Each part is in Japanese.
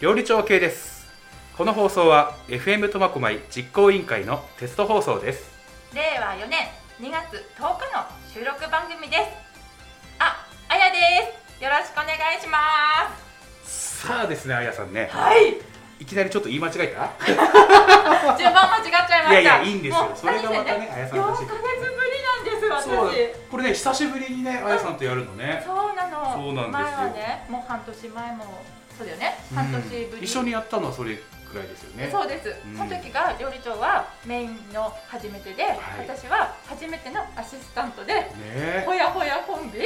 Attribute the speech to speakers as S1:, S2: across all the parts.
S1: 料理長系ですこの放送は FM 苫小牧実行委員会のテスト放送です
S2: 令和4年2月10日の収録番組ですあ、あやですよろしくお願いします
S1: さあですねあやさんね
S2: はい
S1: いきなりちょっと言い間違えた
S2: 順番間違っちゃいました
S1: いやいやいいんですよ
S2: もう
S1: それがまたねあやさんらしい
S2: 4ヶ月ぶりなんです
S1: そう
S2: 私
S1: これね久しぶりにねあやさんとやるのね
S2: そうなの
S1: そうなんですよ
S2: 前はね、もう半年前もそうだよね、半年ぶ
S1: うん
S2: り
S1: 一緒にやったのはそれくらいですよね
S2: そうです、
S1: うん
S2: その時が料理長はメインの初めてで、
S1: はい
S2: 私は初めてのアシスタントで
S1: ねえ
S2: ほやほやコ ンビ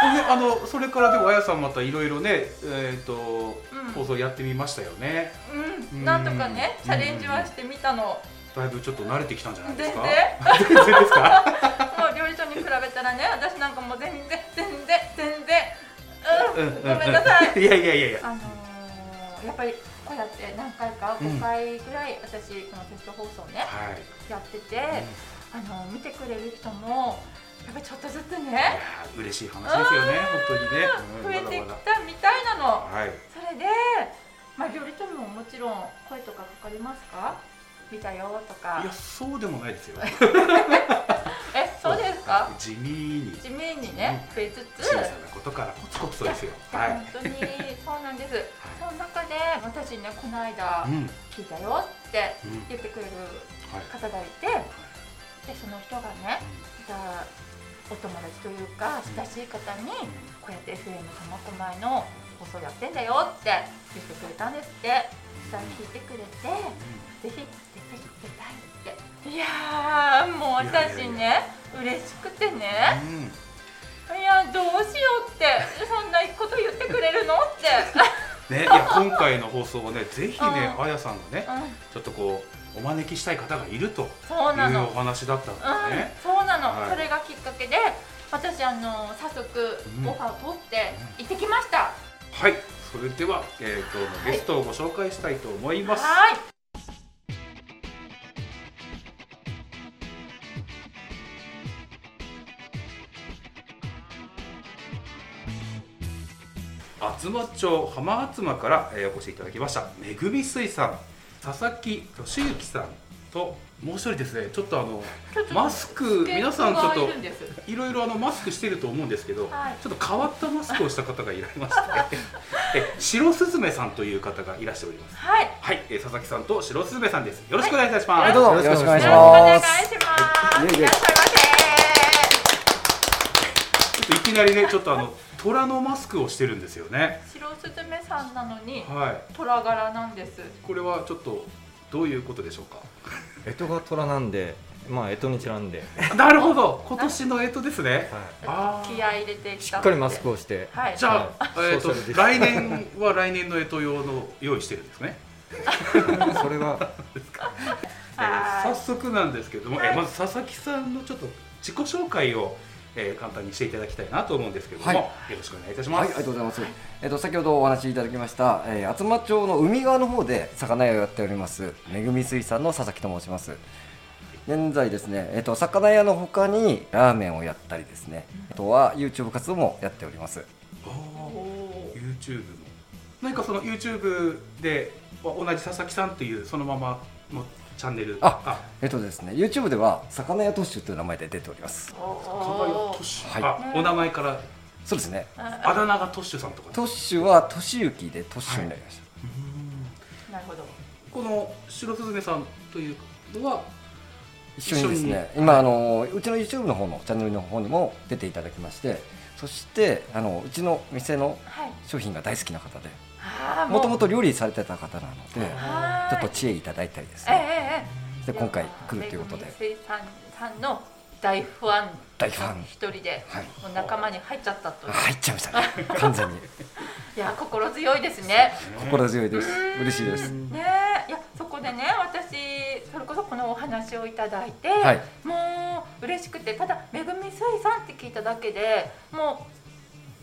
S1: ね、あのそれ からでもあやさんまたいろいろね、えーと
S2: うん
S1: 放送やってみましたよね
S2: う
S1: うん
S2: ん、なんとかね
S1: うん
S2: チャレンジはしてみたの、
S1: だいぶちょっと慣れてきたんじゃないで
S2: 全
S1: す
S2: 然
S1: か 全然ですか
S2: もう料理長に比べ たらね私なんかもう全然全然全然
S1: う
S2: うん、ごめんなさ い
S1: いいやいやいやいや
S2: あのー、やっぱりこうやって何回か
S1: うん
S2: 5回ぐらい私このテスト放送ね
S1: はい、
S2: やってて、
S1: うんいや
S2: あのー見てくれる人もやっぱりちょっとずつね
S1: ー嬉しい話ですよね本当
S2: 増
S1: にね
S2: え
S1: うん
S2: てき
S1: まだ
S2: たみたいな
S1: ま
S2: の
S1: だはい
S2: それでまあ料理長ももちろん声とかかかりますか見たよとか
S1: いやそうでもないですよ
S2: え そうですか
S1: 地味に
S2: 地味にね増えつつ
S1: 小さなことからコツコツとですよはい、
S2: 本当にそうなんです、その中で私ねこの間
S1: うんうん
S2: 聞いたよって
S1: うん
S2: 言ってくれる
S1: はい
S2: 方がいてでその人がねじゃあお友達というか親しい方に
S1: うん
S2: こうやって FM 苫小牧の放送やってんだよって言ってくれたんですってさあ聞いてくれてぜひ出て出たいっていやーもう私ね嬉しくてね
S1: うんうん
S2: いやどうしようってそんなこと言ってくれるのって、
S1: ね、いや今回の放送はね、ぜひね、
S2: うん
S1: あやさんがね、
S2: うん、
S1: ちょっとこうお招きしたい方がいるという
S2: そうなの
S1: お話だったんですね。
S2: うん、そうなの、
S1: はい
S2: それがきっかけで私あの早速
S1: うん
S2: オファーを取って行ってきました、
S1: はい、それではえっ、と、
S2: い
S1: ゲストをご紹介したいと思います。
S2: はーい
S1: 厚真町浜厚真から、えーお越しいただきました。めぐみ水産佐々木俊之さんともう一人ですね、ちょっとあの
S2: ちょっと
S1: マスク皆さんちょっ
S2: 助
S1: と
S2: っ人がいるんです
S1: いろいろあのマスクしてると思うんですけど、
S2: はい
S1: ちょっと変わったマスクをした方がいらっしゃいまして、え白スズメさんという方がいらっしゃおります。
S2: はいよ
S1: はい、えー、佐々木さんと白スズメさんです。よろしくお願いいたします。
S2: はい
S3: どうぞよろしくお願
S2: ろ
S3: い
S2: し
S3: し
S2: くお
S3: ま
S2: 願いし
S3: は
S2: ま
S3: い
S2: すいらっしゃい
S1: ちょっといきなりね、ちょっとあの虎のマスクをしてるんですよね
S2: ま。せ白スズメさんなのに
S1: はい、
S2: 虎柄なんです
S1: これはちょっとどういうことでしょうか。
S3: えとが虎なんで、まあえとにちなんで、
S1: あなるほど、今年のえとですね。あー
S2: 気合い入れてきた
S3: しっかりマスク
S2: を
S3: をして、
S2: はい
S1: じゃあ、
S3: はい
S1: えっと
S3: ソーシャルディス
S1: 来年は来年のえと用の用意してるんですね。
S3: そ
S1: え
S3: れは
S1: ー
S2: は
S1: 早
S2: い
S1: 速なんですけども、
S2: はい
S1: えーまず佐々木さんのちょっと自己紹介を、えー簡単にしていただきたいなと思うんですけども、
S4: はい
S1: よろしくお願いいたし
S4: は
S1: ま
S4: い、あり
S1: す。
S4: がとうございます。えっと先ほどお話しいただきました、えー、厚真町の海側の方で魚屋をやっております。めぐみ水産の佐々木と申します。現在ですね、えっと魚屋の他にラーメンをやったりですね、あとは YouTube 活動もやっております。
S1: あー
S2: おー
S1: YouTube も何かその YouTube でまあ同じ佐々木さんというそのままのチャンネル
S4: あえっとですね、YouTube では魚屋トッシュという名前で出ております。
S1: お
S2: おー
S4: はい
S1: あお名前から
S4: そうですね。
S1: あだ名がトッシュさんとか
S4: トッシュはとしゆきでトッシュになりました。
S2: なるほど
S1: この白スズメさんというのは
S4: 一緒にですね
S1: 一
S4: 今あのうちの YouTube の方のチャンネルの方にも出ていただきましてそしてあのうちの店の
S2: はい
S4: 商品が大好きな方で
S2: あー
S4: もとも
S2: う
S4: と料理されてた方なので
S2: は
S4: ちょ
S2: ーい
S4: っと知恵いただいたりです
S2: ええ
S4: ね
S2: ええ
S4: で今回来るということで
S2: めぐみ水産さんの大ファン
S4: 大ファン
S2: 一人で
S4: はい
S2: もう仲間に入っちゃったという、
S4: 入っちゃいましたね完全に
S2: いや心強いですね
S4: 心強 いです嬉しいです
S2: ねえいやそこでね私それこそこのお話をいただいて、
S4: はい
S2: もう嬉しくてただ「めぐみ水産」って聞いただけでも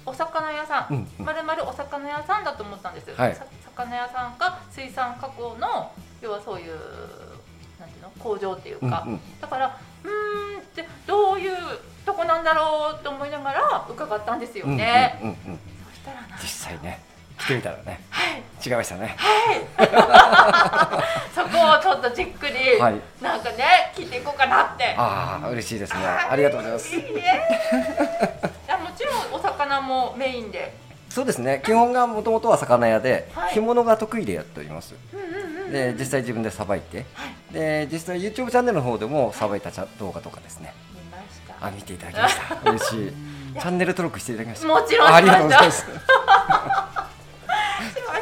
S2: うお魚屋さ
S4: うん
S2: ん、
S4: うん
S2: まるまるお魚屋さんだと思ったんです、
S4: はい
S2: さ魚屋さんか水産加工の要はそういうなんていうの工場っていう
S4: うんう
S2: か、
S4: ん
S2: だからうーんってどういうとこなんだろうと思いながら伺ったんですよね、
S4: うんうんうんうん
S2: そしたらなんと
S4: 実際ねってみたらね、違いましたね。
S2: そこをちょっとじっくり、
S4: はい
S2: なんかね聞いていこうかなって
S4: ああ、嬉しいですね。ありがとうございます
S2: い。いねいやもちろんお魚もメインで
S4: そうですね。基本がもともとは魚屋で、
S2: はい
S4: 干物が得意でやっております。
S2: うんうんうん
S4: で、実際自分でさばいて、で、実際 YouTube チャンネルの方でもさばいたちゃ動画とかですね。
S2: 見ました
S4: あ、見ていただきました。嬉しい。チャンネル登録していただきました。
S2: もちろん
S4: あありがとうございます。
S2: しま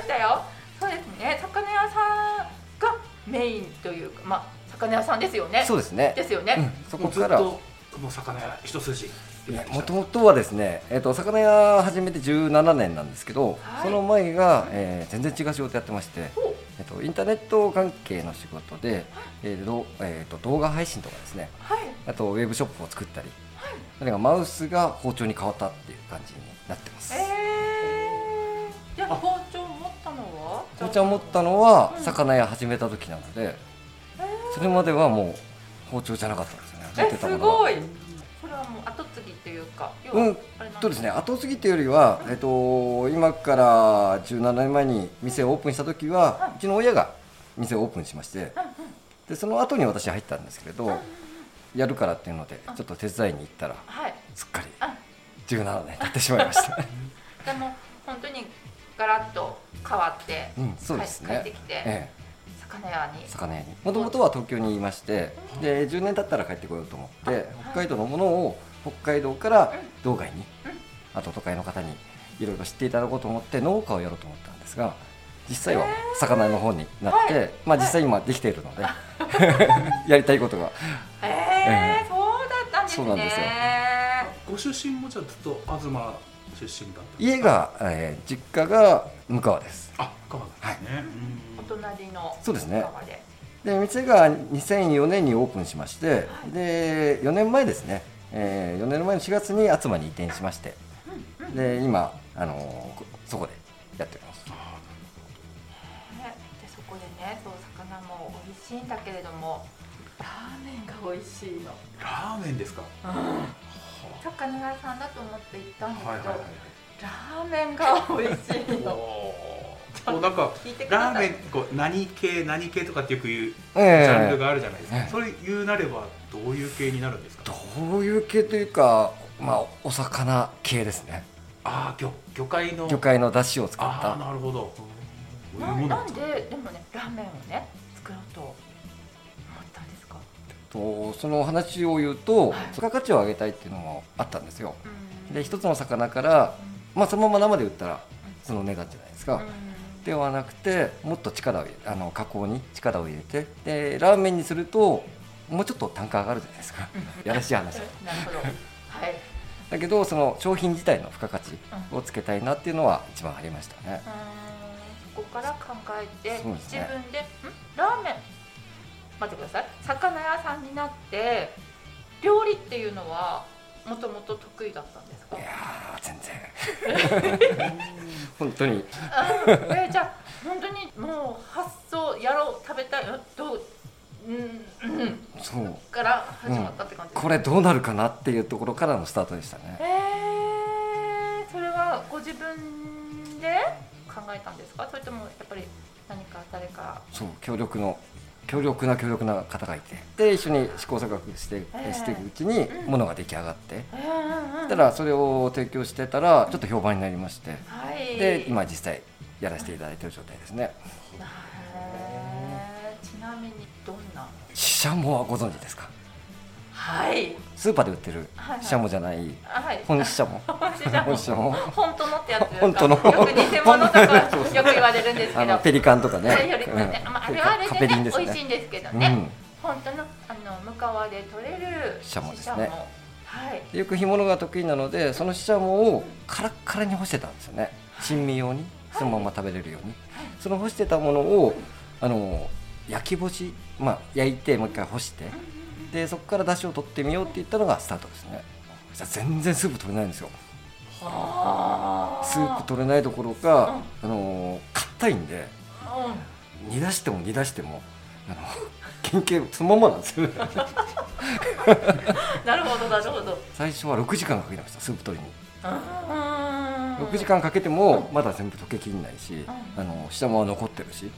S2: したよそうですね魚屋さんがメインというかまあ魚屋さんですよね
S4: そうですね。
S2: ですよね、
S4: うん、そ
S1: も
S4: こ
S1: うずっ
S4: から。
S1: ともう魚屋一筋
S4: もともとはですね、えっと魚屋始めて17年なんですけど、
S2: はい
S4: その前が、えー全然違う仕事やってまして、
S2: お
S4: えっとインターネット関係の仕事で、えーどえーと動画配信とかですね
S2: はい
S4: あとウェブショップを作ったり、それがマウスが包丁に変わったっていう感じになってます、
S2: えー、じゃあ包丁持ったのは
S4: 包丁を持った
S2: の
S4: のは
S2: うん
S4: 魚屋始めた時なので、それまではもう包丁じゃなかったんですよね持っ
S2: え
S4: て
S2: す
S4: たものは
S2: ごいこれはもう後継ぎというか要は
S4: うん
S2: あれなん
S4: そうですね後継ぎというよりは、えっと、今から17年前に店をオープンした時は、うちの親が店をオープンしまして、でその後に私入ったんですけれど、やるからっていうのでちょっと手伝いに行ったら
S2: はい
S4: すっかり
S2: あ
S4: 17年経ってしまいました
S2: でも本当にガラッと変わって、
S4: うんそうですね
S2: 帰ってきて、
S4: え
S2: 魚屋に
S4: え魚屋にもともとは東京にいましてで10年経ったら帰ってこようと思って北海道のものを北海道から道外にあと都会の方にいろいろ知っていただこうと思って農家をやろうと思ったんですが実際は魚の方になって、
S2: はい
S4: まあ実際今できているので、 やりたいことが
S2: えー
S4: え
S2: そうだったんですね
S4: そうなんですよ
S1: ご出身もじゃあずっと東出身だった
S4: 家が、えー実家が向川です
S1: あ川なんですね、
S2: お隣の
S4: そうですね
S2: 川で
S4: で店が2004年にオープンしましてで4年前ですね、え4年前の4月に東に移転しましてで今、あのーこそこでやっております
S2: ねでそこでねそう魚も美味しいんだけれどもラーメンが美味しいの、
S1: うんラーメンですか、
S2: 魚屋さんだと思って行ったんだけど、
S1: はいはいはい
S2: ラーメンが美味 しいの
S1: はいもうなんか
S2: 聞いてくださ
S1: ラ
S2: い
S1: ーメンこう何系何系とかってよく言う
S4: え
S1: ジ
S4: え
S1: ャンルがあるじゃないですか、
S4: ええ
S1: それ言うなればどういう系になるんですか
S4: どういう系というか、まあ、お魚系ですね
S1: ああ魚魚介の
S4: 魚介の出汁を使っ
S1: ああ
S4: た
S1: なるほど
S2: な
S1: どういうもの
S2: な
S1: を
S2: ん
S1: 作
S2: で
S1: る
S2: でもねラーメンをね作ろうと思ったんですか
S4: とそのお話を言うと
S2: はい
S4: 付加価値を上げたいっていうのもあったんですよ
S2: うん
S4: で一つの魚から、まあ、そのまま生で売ったらその値段じゃないです
S2: う
S4: か
S2: ん
S4: ではなくてもっと力を入れあの加工に力を入れてでラーメンにするともうちょっと単価上がるじゃないで すかやらしい話
S2: なるほどはい
S4: だけどその商品自体の付加価値をつけたいなっていうのは一番ありましたね
S2: うーんそこから考えて、
S4: そうで
S2: 自
S4: すね
S2: 分でんラーメン待ってください魚屋さんになって料理っていうのはもともと得意だったんですか
S4: いやー全然本当に
S2: えーじゃあ本当にもう発想やろう食べたいうんどううんうん
S4: そう
S2: から始まったって感じです
S4: これどうなるかなっていうところからのスタートでしたね
S2: えー、それはご自分で考えたんですかそれともやっぱり何か誰か
S4: そう強力の強力な強力な方がいてで一緒に試行錯誤して、
S2: ええ
S4: していくうちに
S2: うん
S4: ものが出来上がって、
S2: うんうんうん
S4: たらそれを提供してたらちょっと評判になりまして、
S2: はい
S4: で今実際やらせていただいてる状態ですね
S2: へーちなみにどんな
S4: シシャモはご存知ですか
S2: はい
S4: スーパーで売ってる
S2: はいはい
S4: シシャモじゃない
S2: あはい
S4: 本シシャモ
S2: 本当じゃん
S4: 本シシャモ
S2: 本当のってやつですか
S4: 本当の
S2: よく偽物とかよく言われるんです
S4: あ
S2: けど
S4: のペリカンとかね
S2: それよりもね、
S4: うん
S2: まああれはあれ
S4: カ
S2: で
S4: ペリ
S2: ね
S4: ンです
S2: 美味しい
S4: ね
S2: んですけど
S4: う
S2: ね、
S4: ん
S2: 本当のあの向川で取れる
S4: シシャモですね
S2: シシャモはい
S4: でよく干物が得意なのでそのシシャモをカラッカラに干してたんですよね珍味用にそのまま食べれるように、その干してたものをあの焼き干し、まあ、焼いてもう一回干してでそこから出汁を取ってみようって言ったのがスタートですねじゃあ全然スープ取れないんですよ
S2: あ
S4: スープ取れないどころかあの硬いんで
S2: うん
S4: 煮出しても煮出してもあの原型そのままなんですよね
S2: なるほどなるほど。う
S4: 最初は6時間かけてましたスープ取りに
S2: ーん。うん
S4: 6時間かけてもまだ全部溶けきんないし、
S2: うん
S4: あの下も残ってるし
S2: うん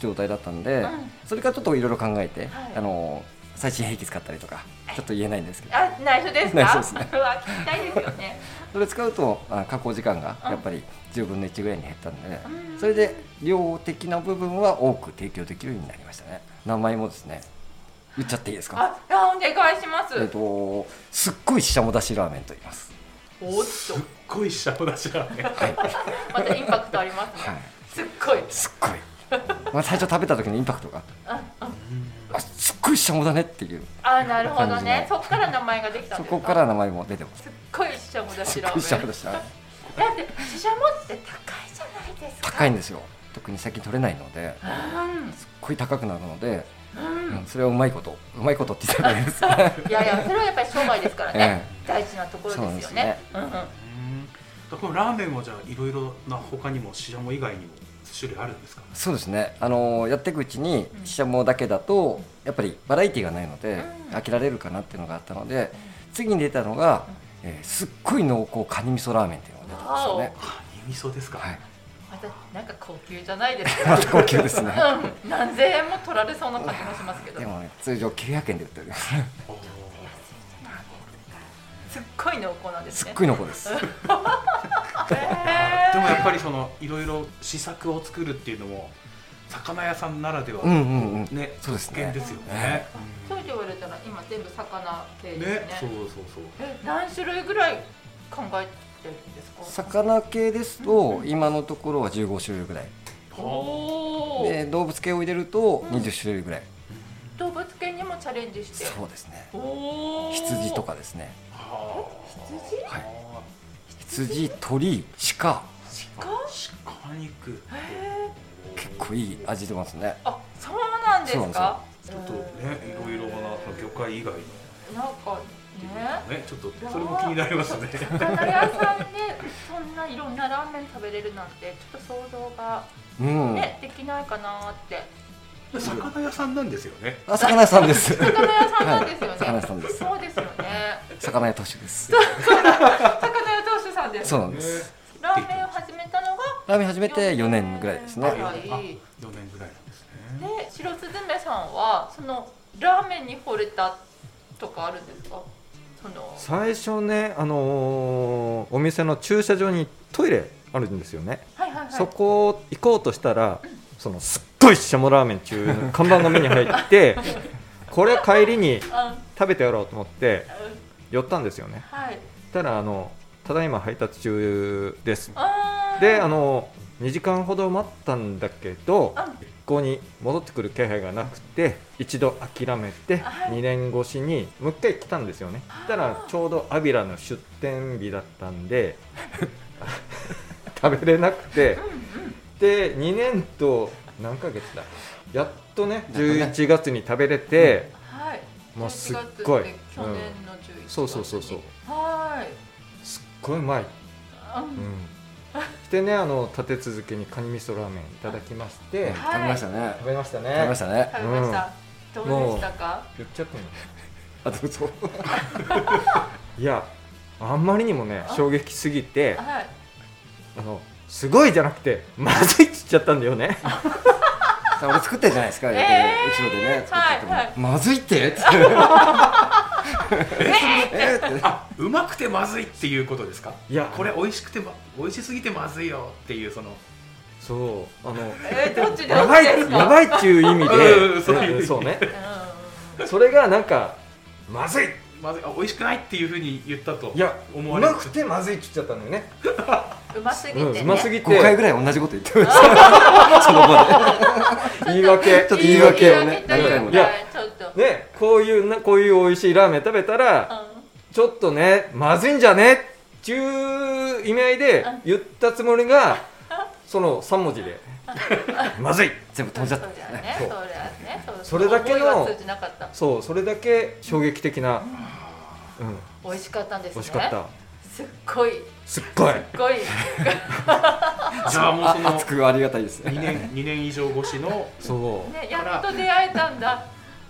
S4: 状態だったんで、
S2: うん
S4: それからちょっといろいろ考えて、
S2: はい
S4: あの最新兵器使ったりとかちょっと言えないんですけど
S2: あ内緒ですか
S4: 内緒ですね
S2: うわ聞きたいですよ ね
S4: それ使うとあ加工時間が
S2: うん
S4: やっぱり10分の1ぐらいに減ったんで、
S2: うん
S4: それで量的な部分は多く提供できるようになりましたね名前もですね言っちゃっていいですか
S2: ああお願いします
S4: えっ、とすっごいしゃもだしラーメンと言います
S2: おっ
S1: すっ
S2: と
S1: ごいシャボだしラーメン
S4: はい、は
S2: またインパクトありますね
S4: い、
S2: すっごい
S4: すっごい、まあ、最初食べた時のインパクトがあすっごいしゃもだねっていう
S2: あなるほどね
S4: 感じ
S2: そこから名前ができたん
S4: そ
S2: です
S4: こから名前も出てます
S2: すっごいししゃもだ
S4: す
S2: し
S4: っ
S2: ラー
S4: ごいしゃ
S2: メ
S4: も
S2: ン
S4: だしラーメン
S2: だってししゃもって高いじゃないですか
S4: 高いん
S2: で
S4: ですよ特に最近取れないので
S2: う
S4: すっごい高くなるので、
S2: んうん
S4: うんそれはうまいことうまいことって言ったらいいですか
S2: いやいやそれはやっぱり商売ですからね、大事なところですよねうんうん
S1: うんこのラーメンはじゃあいろいろな他にもシシャモ以外にも種類あるんです かね
S4: そうですねあのーやっていくうちに
S2: うん
S4: ししゃもだけだとやっぱりバラエティーがないので
S2: うん
S4: 飽きられるかなっていうのがあったので次に出たのが、えーすっごい濃厚カニ味噌ラーメンっていうのが出たんですよね
S1: カニ味噌ですか、
S4: はい
S2: またなんか高級じゃないです
S4: ま
S2: か
S4: た高級ですね
S2: うん何千円も取られそうな感じもしますけど
S4: でもね通常900円で売っております
S1: おー
S2: すっごい濃厚なんです
S4: すっ
S2: ね
S4: ごい濃厚です
S2: へー
S1: でもやっぱりそのいろいろ試作を作るっていうのも魚屋さんならでは、
S4: うんうんうん
S1: ね
S4: そうです
S1: 特権
S4: ね
S1: ですよね
S4: ね
S2: そう言われたら今全部魚系
S1: うん
S2: で
S1: ね
S2: すね
S1: そうそうそう
S2: え何種類ぐらい考えてるんですか
S4: 魚系ですと今のところは15種類ぐらい
S2: お
S4: で
S2: ー
S4: 動物系を入れると
S2: うん
S4: 20種類ぐらい、
S2: 動物系にもチャレンジして
S4: そうですね
S2: おー
S4: 羊とかですね
S1: は
S2: 羊
S1: あ、
S4: はい
S1: は
S4: 羊鳥
S2: 鹿
S4: 鹿
S1: 鹿肉
S2: へ
S4: 結構いい味出ますね
S2: あそうなんです
S4: そう
S2: か
S4: な
S1: ちょっとねいろいろなその魚介以外の
S2: なんかね
S1: ねちょっとそれも気になります ね
S2: 魚屋さんでそんないろんなラーメン食べれるなんてちょっと想像が、
S4: うん、
S2: ねできないかなーって
S1: 魚屋さんなんですよね
S4: あ魚屋さんです
S2: 魚屋さんなんですよね、
S4: はい魚屋さんです
S2: そうですよね
S4: 魚屋投手です
S2: 魚屋投手さんです
S4: そうなんです
S2: ラーメンを始めたのが
S4: ラーメン始めて4年ぐらいですね
S2: はいはい
S1: 四年ぐらいなんです
S2: で
S1: ね
S2: 白スズメさんはそのラーメンに惚れたとかあるんですかその
S3: 最初ね、あのーお店の駐車場にトイレあるんですよね、
S2: はいはいはい
S3: そこ行こうとしたら、そのすっごいししゃもラーメン中の看板が目に入ってこれ帰りに
S2: うんうん
S3: 食べてやろうと思って寄ったんですよね
S2: はい
S3: たらあのただいま配達中です
S2: あー
S3: であの2時間ほど待ったんだけど
S2: うん
S3: 一向に戻ってくる気配がなくて一度諦めて
S2: はい
S3: 2年越しにもう一回来たんですよねそしたらちょうどアビラの出店日だったんで食べれなくてで2年と何ヶ月だやっとね11月に食べれて
S2: はい
S3: もうすっごい
S2: 11月って去年の11月に、
S3: そうそうそうそう
S2: は
S3: すっごいうま
S2: ー
S3: い
S2: い、うん
S3: うん、でねあの立て続けにカニ味噌ラーメンいただきまして
S4: 食べましたね、
S3: 食べましたね
S4: 食べましたね
S2: 食べました、どうでしたか
S3: 言っちゃってもいい
S4: あどうぞ
S3: いやあんまりにもね
S2: あ
S3: 衝撃すぎて
S2: はい
S3: あのすごいじゃなくてまずいって言っちゃったんだよね
S4: さあ俺作ってるじゃないですか、
S2: えー
S4: 後ろでね作ってても、
S2: はいはい
S4: まずいってってえーって
S1: あうまくてまずいっていうことですか
S3: いや
S1: これ美味しくて、ま、美味しすぎてまずいよっていうその
S3: そうあの
S2: えー、どっちで
S3: やばい
S2: どっちですか
S3: やばいっていう意味
S1: うんうんそういう意
S3: で
S1: 味
S3: うんそうね
S2: う
S3: それがなんかまずい
S1: まずいあ美味しくないっていうふうに言ったと
S3: いやう
S1: 思われ
S3: まくてまずいって言っちゃったんだよね
S2: んうますぎて、
S3: う
S2: ね
S3: んうますぎ
S4: 5回
S3: て
S4: ぐらい同じこと言ってましたその場で
S3: 言い訳
S4: ちょっと言い訳を
S2: 言
S4: ね
S2: い訳というか
S3: いや
S2: ちょっと、
S3: ねこういうなこういう美味しいラーメン食べたらちょっとね、まずいんじゃねっていう意味合いで
S2: うん
S3: 言ったつもりが、その3文 字で、まずい
S4: 全部
S2: うん、
S4: 飛んじゃった
S2: そ
S4: ん
S2: う
S4: で
S2: じ
S4: す
S2: ゃ
S4: ね
S2: ね
S3: そ
S2: そううだねそう
S3: それだけ
S2: 思
S3: の
S2: いは通じなかった
S3: そう、それだけ衝撃的な、うん、
S2: 美味しかったんですね
S3: 美味しかった。
S2: すっごい
S3: すっごい。
S2: すっごい
S1: じゃあもうそ
S4: あ
S1: の
S4: 熱くありがたいです
S1: 2年二年以上越しの
S3: そう。
S2: ねやっと出会えたん だ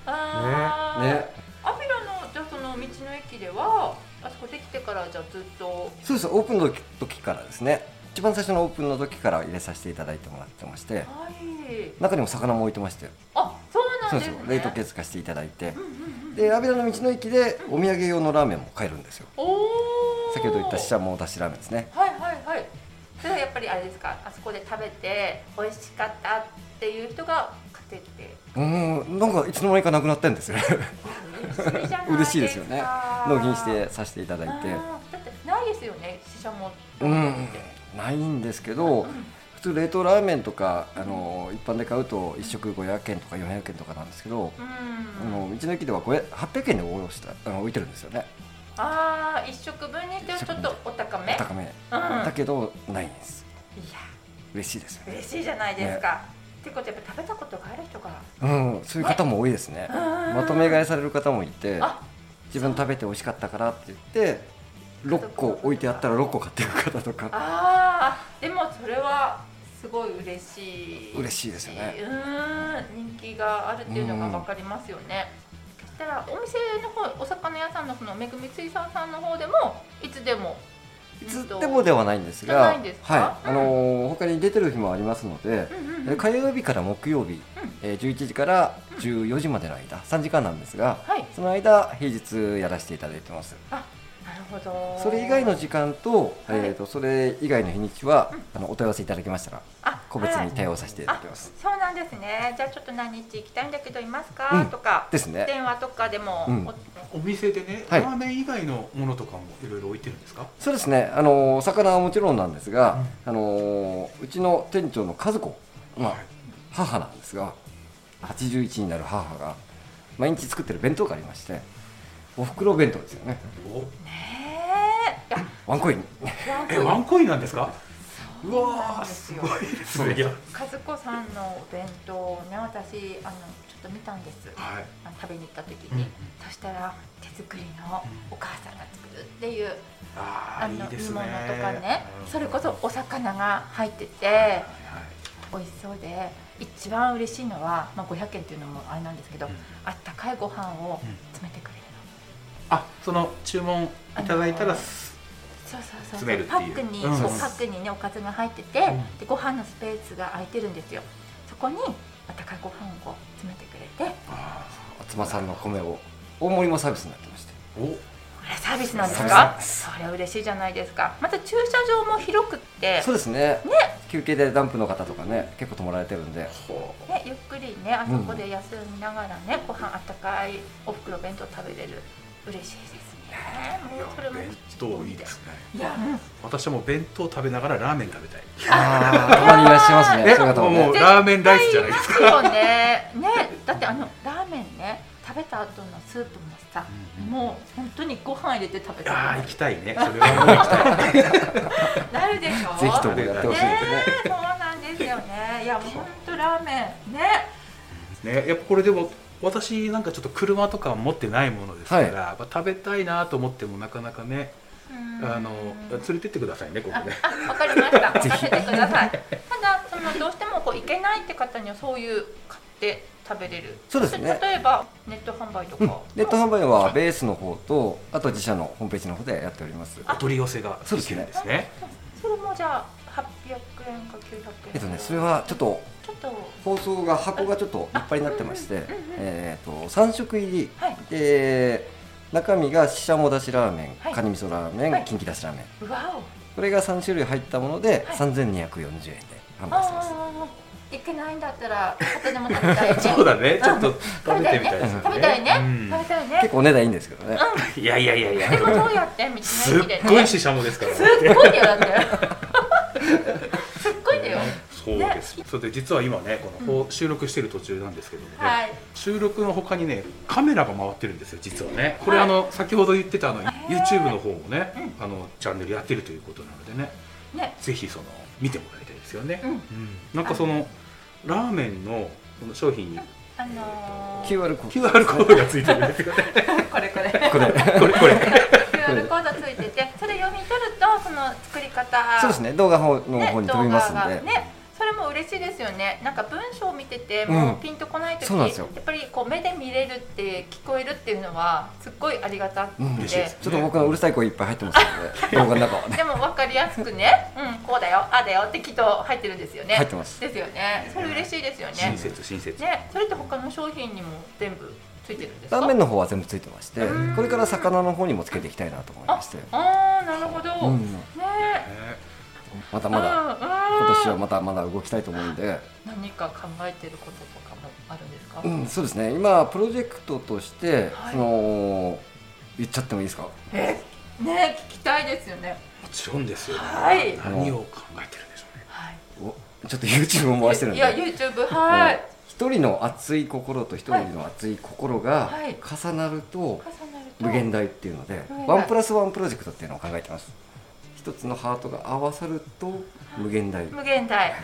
S2: あー
S4: ね
S2: アピラのじゃあその道の駅ではあそこできてからからじゃあずっと
S4: そうですオープンの時時からですね一番最初のオープンの時から入れさせていただいてもらってまして
S2: はい
S4: 中にも魚も置いてまして
S2: あそうな
S4: そ
S2: ん
S4: う
S2: で
S4: ですす
S2: ね
S4: 冷凍結化していただいて
S2: うんうんうん
S4: で安倍の道の駅でお土産用のラーメンも買えるんですよ
S2: おお
S4: 先ほど言ったししゃもだしラーメンですね
S2: はいはいはいそれはやっぱりあれですかあそこで食べて美味しかったっていう人が買ってきて
S4: うーんなんかいつの間にかなくなってんですよ
S2: 嬉しいじゃないですか
S4: 嬉しいですよね納品してさせていただいて
S2: あーだってないですよねししゃも
S4: うんないんですけど普通冷凍ラーメンとかあの一般で買うと1食500円とか400円とかなんですけど
S2: う
S4: あ
S2: ん
S4: の道の駅では500 800円でおろしたあの置いてるんですよね
S2: ああ一食分にしてはちょっとお高め
S4: 高め
S2: うん
S4: だけどないんです
S2: いや
S4: 嬉しいですよね
S2: 嬉しいじゃないですか、ってことはやっぱ食べたことがある人が
S4: うんそういう方も多いですね
S2: うん
S4: まとめ買いされる方もいて
S2: あ
S4: 自分食べて美味しかったからって言って6個置いてあったら6個買ってる方とか
S2: あーでもそれはすごい嬉しい
S4: 嬉しいですよね
S2: うーん人気があるっていうのが分かりますよねそしたらお店の方お魚屋さんのそのめぐみ水産さんの方でもいつでも
S4: いつでもではないんです
S2: じゃな
S4: が
S2: いんですか
S4: はいあのー他に出てる日もありますので
S2: うんうんうん
S4: え火曜日から木曜日、えー11時から14時までの間3時間なんですが
S2: はい
S4: その間平日やらせていただいてます
S2: あなるほど
S4: それ以外の時間
S2: は
S4: と,、
S2: い
S4: えー、とそれ以外の日にちは、あのお問い合わせいただきましたら
S2: あ
S4: 個別
S2: はい
S4: に対応させていただきます、
S2: そうなんですねじゃあちょっと何日行きたいんだけどいますか、
S4: うん
S2: とか
S4: ですね
S2: 電話とかでも、
S4: うん
S2: お
S1: お店でね、
S4: はい
S1: ラーメン以外のものとかもいろいろ置いてるんですか
S4: そうですねあのー魚はもちろんなんですが、あのーうちの店長の和子、まあ、母なんですが81になる母が毎日作ってる弁当がありましてお袋弁当ですよね
S1: お
S2: ねえいや
S4: ワンコイン
S1: えワンコインなんですかう
S2: なん
S1: わー
S2: です
S1: す
S2: よ
S1: ごいですねいや
S2: 和子さんのお弁当をね私あのちょっと見たんです、
S1: はい
S2: あの食べに行った時
S1: うんう
S2: に、
S1: ん
S2: そしたら手作りのお母さんが作るっていう、
S1: あ
S2: あ
S1: ー
S2: の
S1: いいです
S2: 煮
S1: ね
S2: 物とかね
S1: うん
S2: それこそお魚が入ってて、
S1: はいはい
S2: 美味しそうで一番嬉しいのは、まあ、500円っていうのもあれなんですけど、
S1: うん
S2: あったかいご飯を
S1: うん
S2: 詰めてくれるの、
S1: あその注文いただいた
S2: あ
S1: ら
S2: の
S1: す
S2: そうそうそう
S1: 詰めるって
S2: パ
S1: いう
S2: ックに、
S1: うん
S2: そう
S4: うん
S2: パックにねおかずが入ってて、
S1: ん
S2: でご飯のスペースが空いてるんですよそこにあったかいご飯を詰めてくれて
S1: あ
S4: 厚間さんの米を大盛りもサービスになってまして
S1: ーお
S2: これサービスなんです
S4: サー
S2: か
S4: ビ
S2: それは嬉しいじゃないですかまた駐車場も広くって
S4: そうですね休憩でダンプの方とかね結構泊まられてるんで
S1: ほう
S2: ね、ゆっくりねあそこで休みながらね、ご飯あったかいお袋弁当食べれる嬉しいです
S1: い
S2: ねも
S1: や
S2: うそれも
S1: 弁当いいですね
S2: いやもう
S1: 私はもう弁当食べながらラーメン食べたい
S4: ああたまにいらっしゃいますねそういう方も
S1: も
S4: ね
S1: うラーメンライスじゃないですか
S2: すよねねだってあのラーメンね食べた後のスープもさ、
S1: うんうん
S2: もう本当にご飯入れて食べたく
S1: ああ
S2: な
S1: 行
S2: る
S1: きたいね それはもう行きたい
S2: なるでしょ
S4: ぜひともやってほしいですね
S2: ねそうなんですよねいやもう本当ラーメンね
S1: ね、やっぱこれでも私なんかちょっと車とか持ってないものですから、
S4: はい
S1: やっぱ食べたいなと思ってもなかなかね、
S2: うん
S1: あの連れてってくださいねここ
S2: あ
S1: ね。
S2: あわかりました。任せてください。ただそのどうしてもこう行けないって方にはそういう買って食べれる。
S4: そうですね
S2: 例えばネット販売とか。
S4: ネット販売はベースの方とあと自社のホームページの方でやっております
S1: お取り寄せができるんですね。
S2: それもじゃあ800円か900円。
S4: えっとねそれはちょっと
S2: ちょっと
S4: 包装が箱がちょっといっぱいになってまして、えー、と3色入り、
S2: はい
S4: で中身がししゃもだしラーメン、
S2: はい
S4: カニ味噌ラーメン、
S2: はい
S4: キンキだしラーメン
S2: うわお。
S4: これが3種類入ったもので、
S2: はい
S4: 3240円で販売してます
S2: ああ行けないんだっ たら家庭でも食べたいね。
S1: そうだね、ちょっと食べてみたいですね。
S2: 食べたいね。
S1: うん
S2: 食べたい
S4: 結
S2: ね。
S4: 構お値段いいんですけどね、
S1: いやいやいやいや
S2: で、もどうやって道の駅
S1: すっ
S2: でね。
S1: ごいししゃもですから。
S2: すっごいんだよだって。すっごいんだよ。
S1: そうです。それで実は今ね、このこう収録してる途中なんですけどもね、
S2: はい。
S1: 収録の他にね、カメラが回ってるんですよ実はね。これあの先ほど言ってたあの YouTube の方もね、あのチャンネルやってるということなのでね。
S2: ね。
S1: ぜひその見てもらいたいですよね、
S2: うん
S1: なんかそのラーメンのこの商品に
S2: あのー、
S4: QR コー
S1: QR コードがついてるんですよね
S2: こ れこれ
S4: ドこ
S1: こ
S4: れ
S1: れこれ
S2: QR コードついててそれ読み取るとその作り方
S4: そうですね動画の方の
S2: ね
S4: 方に飛
S2: 動
S4: び
S2: 画
S4: ますん
S2: が
S4: で、
S2: ねそれもも嬉しいですよねなんか文章を見てて
S4: うん
S2: もうピンとこない時、
S4: そうなん
S2: や
S4: ですよ
S2: っぱりこう目で見れるって聞こえるっていうのはすっごいありがたくて、
S4: うん
S1: 嬉しいです
S4: ちょっと僕のうるさい声いっぱい入ってますので動画の中はね
S2: でも分かりやすくね、うん、こうだよ、ああだよってきっと入ってるんですよね。
S4: 入ってます
S2: ですよね。それ嬉しいですよ
S1: 親
S2: ね。
S1: 切親切、
S2: ね、それって他の商品にも全部ついてるんです
S4: 断
S2: か。
S4: 面の方は全部ついてまして
S2: うん
S4: これから魚の方にもつけていきたいなと思いまして
S2: ああ、なるほど。
S4: うん
S2: ね、
S1: ね
S4: またまだ
S2: うん、
S4: 今
S2: うん
S4: 年はまたまだ動きたいと思うんで、
S2: 何か考えてることとかもあるんですか。
S4: うん、そうですね今プロジェクトとして、
S2: はい
S4: その言っちゃってもいいですか
S2: え、ね、聞きたいですよね。
S1: もちろんですよ、
S2: はい
S1: 何を考えてるんでしょうね
S2: はい。
S4: おちょっと YouTube を回してるん
S2: いや、
S4: で
S2: YouTube はい。
S4: 一人の熱い心と一人の熱い心が
S2: はい
S4: 重な
S2: 重なる
S4: ると
S2: と。
S4: 無限大っていうので
S2: 無限大
S4: ワンプラスワンプロジェクトっていうのを考えてます一つのハートが合わさると無限大で
S2: 無限大。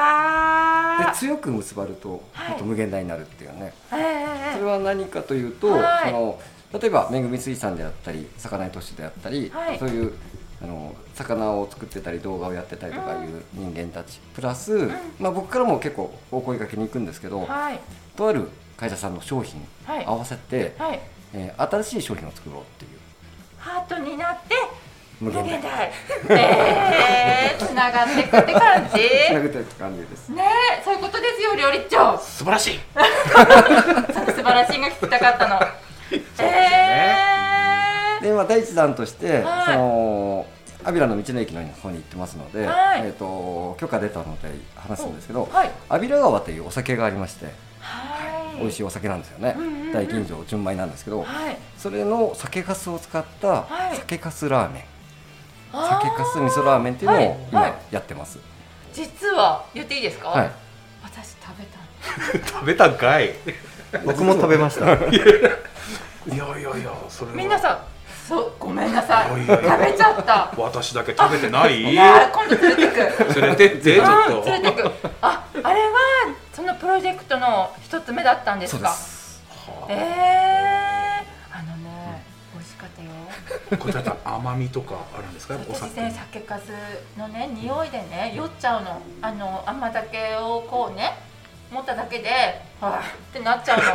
S2: あらー。
S4: 強く結ばると
S2: はい
S4: ほんと無限大になるっていうね
S2: ええ
S4: そ
S2: え
S4: れは何かというと、
S2: はい
S4: その例えばめぐみ水産であったり魚屋都市であったり、
S2: はい
S4: そういうあの魚を作ってたり動画をやってたりとかいう人間たち、プラス、まあ、僕からも結構お声掛けに行くんですけど、
S2: えはい。
S4: とある会社さんの商品
S2: はい
S4: 合わせて、
S2: はい。
S4: えー新しい商品を作ろうっていう
S2: ハートになって
S4: 無
S2: 無
S4: 限
S2: 限
S4: 大
S2: 大え ー、つながっていくって感じ
S4: つな
S2: ね
S4: ぐという感じです。
S2: えそういうことですよ料理長
S1: 素晴らしい
S2: その素晴らしいが聞きたかったの
S1: よね
S4: で、まあ、第一弾として、
S2: はい
S4: そのアビラの道の駅の方に行ってますので、
S2: はい
S4: えー、と許可出たので話すんですけど、
S2: えー、はい
S4: アビラ川というお酒がありまして。
S2: はい
S4: 美味しいお酒なんですよね、
S2: うんうんうん
S4: 大吟醸純米なんですけど、
S2: はい
S4: それの酒粕を使った
S2: はい
S4: 酒粕ラーメン、
S2: あ
S4: 酒
S2: ー
S4: 粕味噌ラーメンっていうのを
S2: はいは
S4: 今
S2: い
S4: やってます
S2: 実は言っていいですか、
S4: はい、
S2: 私食べたの
S1: 食べたんかいい
S3: 僕も食べました
S1: やいやいやそれは
S2: みんなさそうごめんなさい
S1: おいおい
S2: 食べちゃった
S1: 私だけ食べてない
S2: いやー今度連れてく
S1: 連れてってちょ
S2: うん
S1: っ
S2: 連れ
S1: と
S2: てくああれはそのプロジェクトの一つ目だったんです
S4: そう
S2: か
S4: です
S2: え
S1: は
S2: えー、あのね、美味しかったよ。
S1: あこれだったら甘みとかあるんですかお
S2: 私
S1: 酒
S2: ね、酒粕のね、匂いでね、酔っちゃうの。あの甘酒をこうね、持っただけで、はあってなっちゃうの。は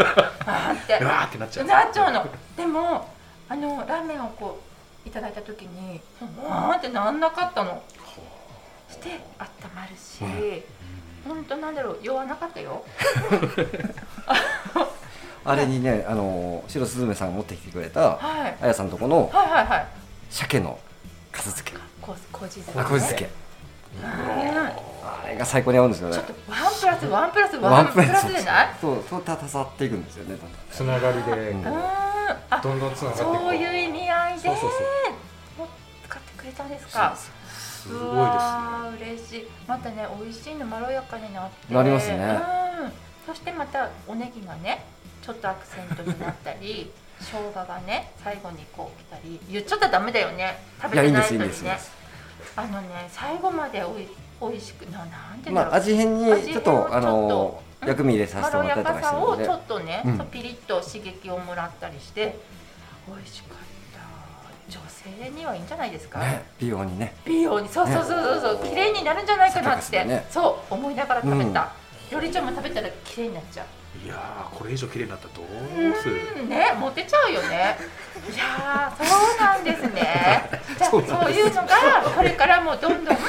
S2: あって
S1: うわーってなっちゃう
S2: なっちゃうの。でも、あのラーメンをこういただいた時に、わあってなんなかったの。して、温まるし、本当なんだろう、酔わなかったよ。
S4: あれにねあの白スズメさんが持ってきてくれた
S2: はい、
S4: あやさんとこの
S2: はいはいはい。
S4: 鮭の粕漬け
S2: こう、こうじ漬けね
S4: あこじ漬け
S2: うん
S4: あれが最高に合うんですよね
S2: ちょっとワンプラスワンプラスワンプラス
S4: そう
S2: じゃない
S4: そうそうたたさっていくんですよねだんだん
S3: つながりで
S2: うーんあ
S3: どんどんつながっていく
S2: そういう意味合いで
S3: そうそう
S2: もう使ってくれたんです
S4: そう
S2: か
S4: です
S1: す
S2: う
S1: ごい
S2: わー嬉しいまたね美味しいのまろやかになって
S4: なりますね
S2: うんそしてまたおネギがねちょっとアクセントになった り生姜がね最後にこう来たり言っちゃったらダメだよね食
S4: いや
S2: べ
S4: いい
S2: て
S4: ん
S2: な
S4: で
S2: い
S4: すいい
S2: のに
S4: んですいいん
S2: ね
S4: です
S2: あのね最後までおい美味しくななんていうん
S4: ま
S2: だろう
S4: あ味変にちょっ
S2: 味変をちょっ
S4: と
S2: と
S4: あの
S2: うん
S4: 薬味入れさ
S2: ま
S4: せて
S2: ろ
S4: もらっ
S2: や
S4: たりと
S2: か
S4: かして
S2: さ
S4: るの
S2: を
S4: で
S2: ちょっとね、
S4: うん
S2: ピリッと刺激をもらったりして美味しかった女性にはいいんじゃないですか、
S4: ね美容にね
S2: 美容にそうそうそうそうそう綺麗になるんじゃないかなっ
S4: そうで
S2: て、
S4: すね
S2: そう思いながら食べた、よりちゃんも食べたら綺麗になっちゃう
S1: いやーこれ以上綺麗になったらどうする
S2: うんねモテちゃうよねいやーそうなんですねじゃあそういうのがこれからもどんどん増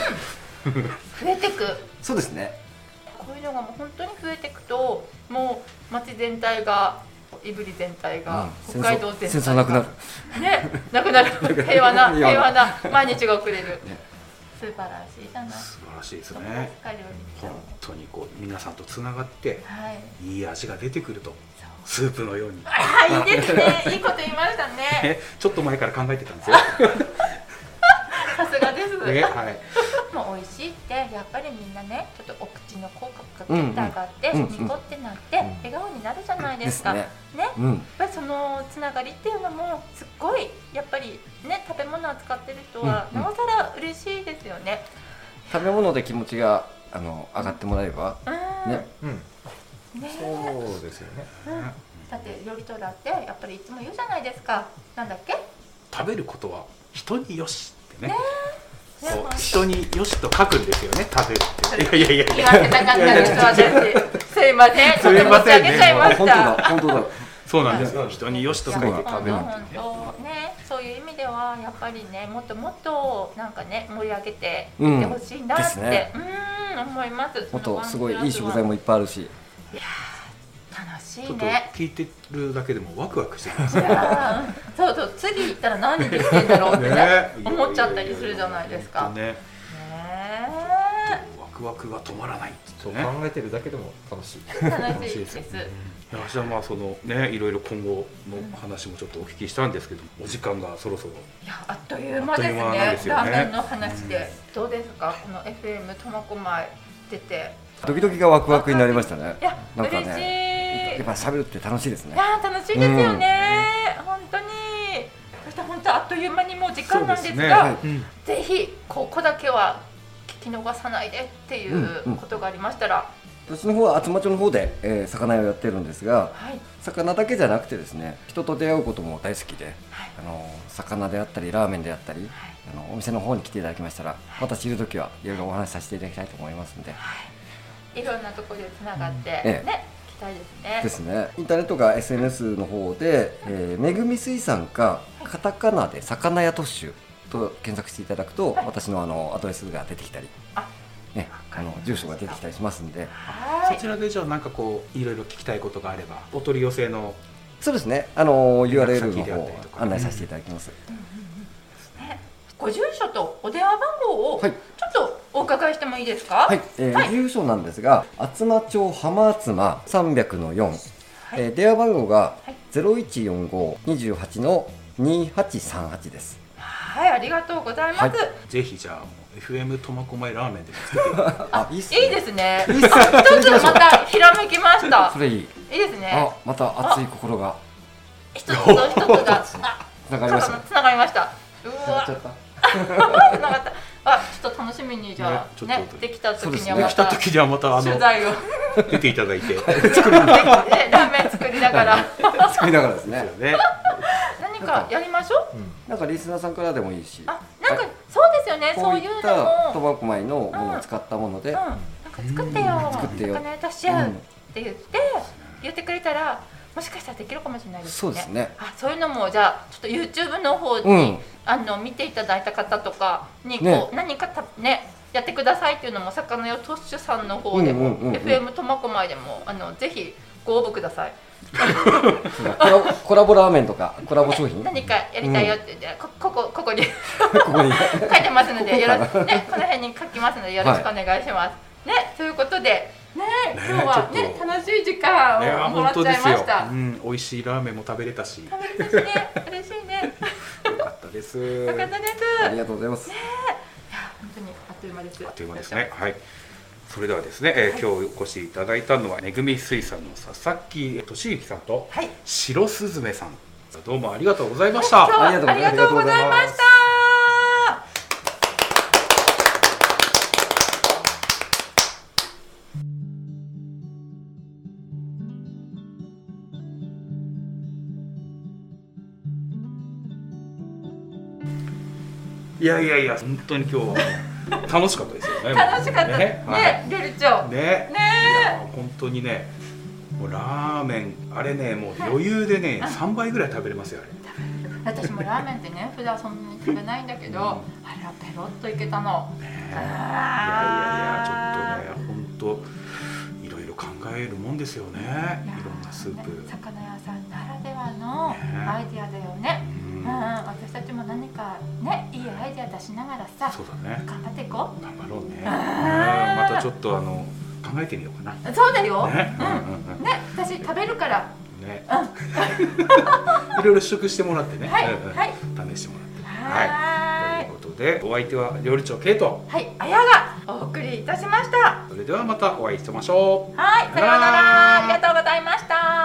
S2: えてく
S4: そうですね
S2: こういうのがもう本当に増えていくともう町全体が胆振全体が、
S4: うん
S2: 北海道全体が
S4: 戦争なくなる
S2: ねなくなる 平和な
S4: 平和
S2: 平
S4: な
S2: 和な毎日が送れる、素晴らしいじゃない
S1: 素晴らしいです
S2: そこばっ
S1: ね
S2: かりを見て
S1: 本当にこう皆さんとつながって
S2: はい
S1: いい味が出てくると
S2: そう
S1: スープのように
S2: あいいですね いいこと言いましたね
S1: ねちょっと前から考えてたんです よ、
S2: さすがです、
S1: ねはい、
S2: もう美味しいってやっぱりみんなねちょっとお口の口角がグッと上がって、
S4: うんうんうんうん
S2: ニコってなって、
S4: ん
S2: 笑顔になるじゃないで
S4: ですす
S2: か
S4: ね
S2: ね
S4: うん
S2: やっぱりそのつながりっていうのもすっごいやっぱりね食べ物を使ってる人は
S4: うん
S2: なおさら嬉しいですよね。
S4: 食べ物で気持ちがあの上がってもらえば
S2: うん
S4: ね
S3: うん
S2: ね
S3: そうですよね
S2: だって料理長だってやっぱりいつも言うじゃないですかなんだっけ
S1: 食べることは人によしってねこう人によしと書くんですよね 食べるっていやいやいやい
S2: 言
S1: や
S2: わせなかったです私すいませんちょっと持ち上げちゃいまし
S4: 本当
S2: た
S4: だ本当だ
S1: そうなんですよ人によしと書いて
S2: いや
S1: 食べるっていうね
S2: 本当ね、そういう意味ではやっぱりねもっともっとなんかね盛り上げていってほしいなって、う
S4: うんですね
S2: ーん思います
S4: もっとすごいいい食材
S2: も
S4: もいっぱいあるし
S2: 楽し
S1: ち
S2: い
S1: ょっと
S2: ね
S1: 聞いてるだけでもワクワクしてきます
S2: いやーそうそう次行ったら何できてんだろうってね
S1: ね
S2: 思っちゃったりするじゃないですか
S1: 本当ね
S2: ね
S1: ワクワクが止まらないっつ
S3: そ
S1: っ
S3: う
S1: てね
S3: 考えてるだけでも楽しい
S2: え楽
S3: 楽
S2: し
S3: し
S2: いで
S3: いですす
S1: いやじゃあまあそのねいろいろ今後の話もちょっとお聞きしたんですけどお時間がそろそろ
S2: いやあっという間ですね
S1: あっという間なんですよ
S2: ラ
S1: ね
S2: ーメンの話で、どうですかこの FM 苫小牧出て
S4: ドキドキがワクワクになりましたね
S2: いや、
S4: なんか
S2: 嬉しい
S4: やっぱ喋るって楽しいです
S2: い
S4: ね
S2: やー楽しいですよね、本当にそして本当あっという間にもう時間なんですが
S4: そうで
S1: うん
S2: ぜひここだけは聞き逃さないでってい
S4: んう
S2: うんことがありましたら、
S4: 私の方は厚真町の方で、えー魚屋をやってるんですが
S2: はい
S4: 魚だけじゃなくてですね人と出会うことも大好きで
S2: はい
S4: あの魚であったりラーメンであったり
S2: はい
S4: あのお店の方に来ていただきましたらまた知るときはいろいろお話しさせていただきたいと思いますので
S2: いろんなところでつながってね、
S4: ええ
S2: 行きたいですね
S4: ですねインターネットが SNS の方で、えーめぐみ水産かカタカナで魚屋特集と検索していただくと私のあのアドレスが出てきたり
S2: あ
S4: ねあの住所が出てきたりしますんで
S2: は
S1: そちらでじゃあなんかこういろいろ聞きたいことがあればお取り寄せの
S4: そうですねあの
S1: 連絡
S4: URL
S1: 先
S4: の
S1: であったりと
S4: 方
S1: か
S4: 案内させていただきます、
S2: ご住所とお電話番号をちょ
S4: はい
S2: っとお伺いしてもいいですか
S4: はい、えー
S2: はい
S4: 住所なんですが厚真町浜厚真300の4、えー電話番号が
S2: はい
S4: 014528の2838です
S2: はいありがとうございます、
S4: はい
S1: ぜひじゃあもう FM 苫小牧ラーメンで作って
S4: あいいっす
S2: いい
S4: ね
S2: です ね
S4: いいっすね
S2: 一つまたひらめきました
S4: それいい
S2: いいですね
S4: あまた熱い心が
S2: 一つと一つ があ
S4: つながりましたね
S2: つながりましたうわ
S4: ちょっと
S2: つながったあちょっと楽しみにじゃあ
S1: ね
S2: ね
S1: ちょっと
S2: できた時
S4: そうで
S2: に
S4: す
S2: は
S4: ね
S2: ま
S1: 来た
S2: た
S1: 時にはまたあ
S2: 取
S1: の
S2: 材を
S1: 出ていただい て
S2: ねラーメン作りながら
S4: 作りながらですね
S1: ね
S2: 何かやりましょう
S4: なんかリスナーさんからでもいいし
S2: あなんかそうですよね
S4: こ
S2: そうう
S4: い
S2: い
S4: っ
S2: う
S4: た
S2: のも
S4: 苫小牧のものを使ったもの
S2: うん
S4: で
S2: なんか作ってよ
S4: 作ってよ
S2: お金足しちゃうっ
S4: うん
S2: て言って言ってくれたらもしかしたらできるかもしれないですね
S4: そうですね
S2: あそういうのもじゃあちょっと YouTube の方に、
S4: うん
S2: あの見ていただいた方とかにこう、
S4: ね
S2: 何かたねやってくださいっていうのも魚屋トッシュさんの方でも、
S4: うんうんうんうん
S2: FM 苫小牧でもあのぜひご応募ください
S4: そうだコラボコラボラーメンとかコラボ商品こ
S2: 何か やりたいよって言って、こここここに
S4: こに
S2: 書いてますのでよろしくねこの辺に書きますのでよろしくお願いします、ねということでね今日はね
S1: ちょっと
S2: 楽しい時間
S1: いや
S2: をも
S1: 本
S2: らっち
S1: 当
S2: ゃ
S1: で
S2: い
S1: す
S2: ま
S1: よ
S2: し、た
S1: うん、美味しいラーメンも食べれたしよ
S2: 食べれたしね嬉しいね
S1: かったです
S2: よかったです
S4: ありがとうございます
S2: 本当にあっという間です
S1: あっという間ですね。はい。それではですね、えー今日お越しいただいたのはめぐみ水産の佐々木俊之さんと、
S2: はい
S1: 白すずめさん。どうもありがとうございました。
S2: 今日はあ
S4: あ
S2: り
S4: り
S2: が
S4: が
S2: と
S4: と
S2: う
S4: う
S2: ご
S4: ご
S2: ざい
S4: ざい
S2: ま
S4: ま
S2: し
S4: す
S2: た。
S1: いやいやいや、本当に今日は 楽しかったですよね。
S2: 楽しかったね
S1: ね。はい、
S2: 料理長。
S1: ね。ね本当にね。もうラーメン、あれね、もう余裕でね、三倍ぐらい食べれますよ。あれ
S2: 私もラーメンってね、普段そんなに食べないんだけど、あれはペロッといけたの。
S1: ねいやいやい
S2: あー
S1: や、ちょっとね、本当。いろいろ考えるもんですよね。
S2: いや
S1: いろんなスープ。
S2: 魚屋さんならではの
S1: ね
S2: アイディアだよね。
S1: う
S2: うんん、私たちも何かね、いいアイディア出しながらさ、
S1: そうだね。
S2: 頑張っていこ
S1: 頑張ろうね。うんまたちょっとあの考えてみようか
S2: う。そうだよ。
S1: な。ね。う
S2: うん
S1: うん
S2: ん。ね、私食べるから。
S1: うんね。 いろいろ試食してもらってね。
S2: はい
S1: うんうん
S2: はい
S1: 試してもらって。
S2: はーい
S1: ということでお相手は料理長ケイト。
S2: はい、あやがお送りいたしました。
S1: それではまたお会いしましょう。
S2: はい、さようなら、ありがとうございました。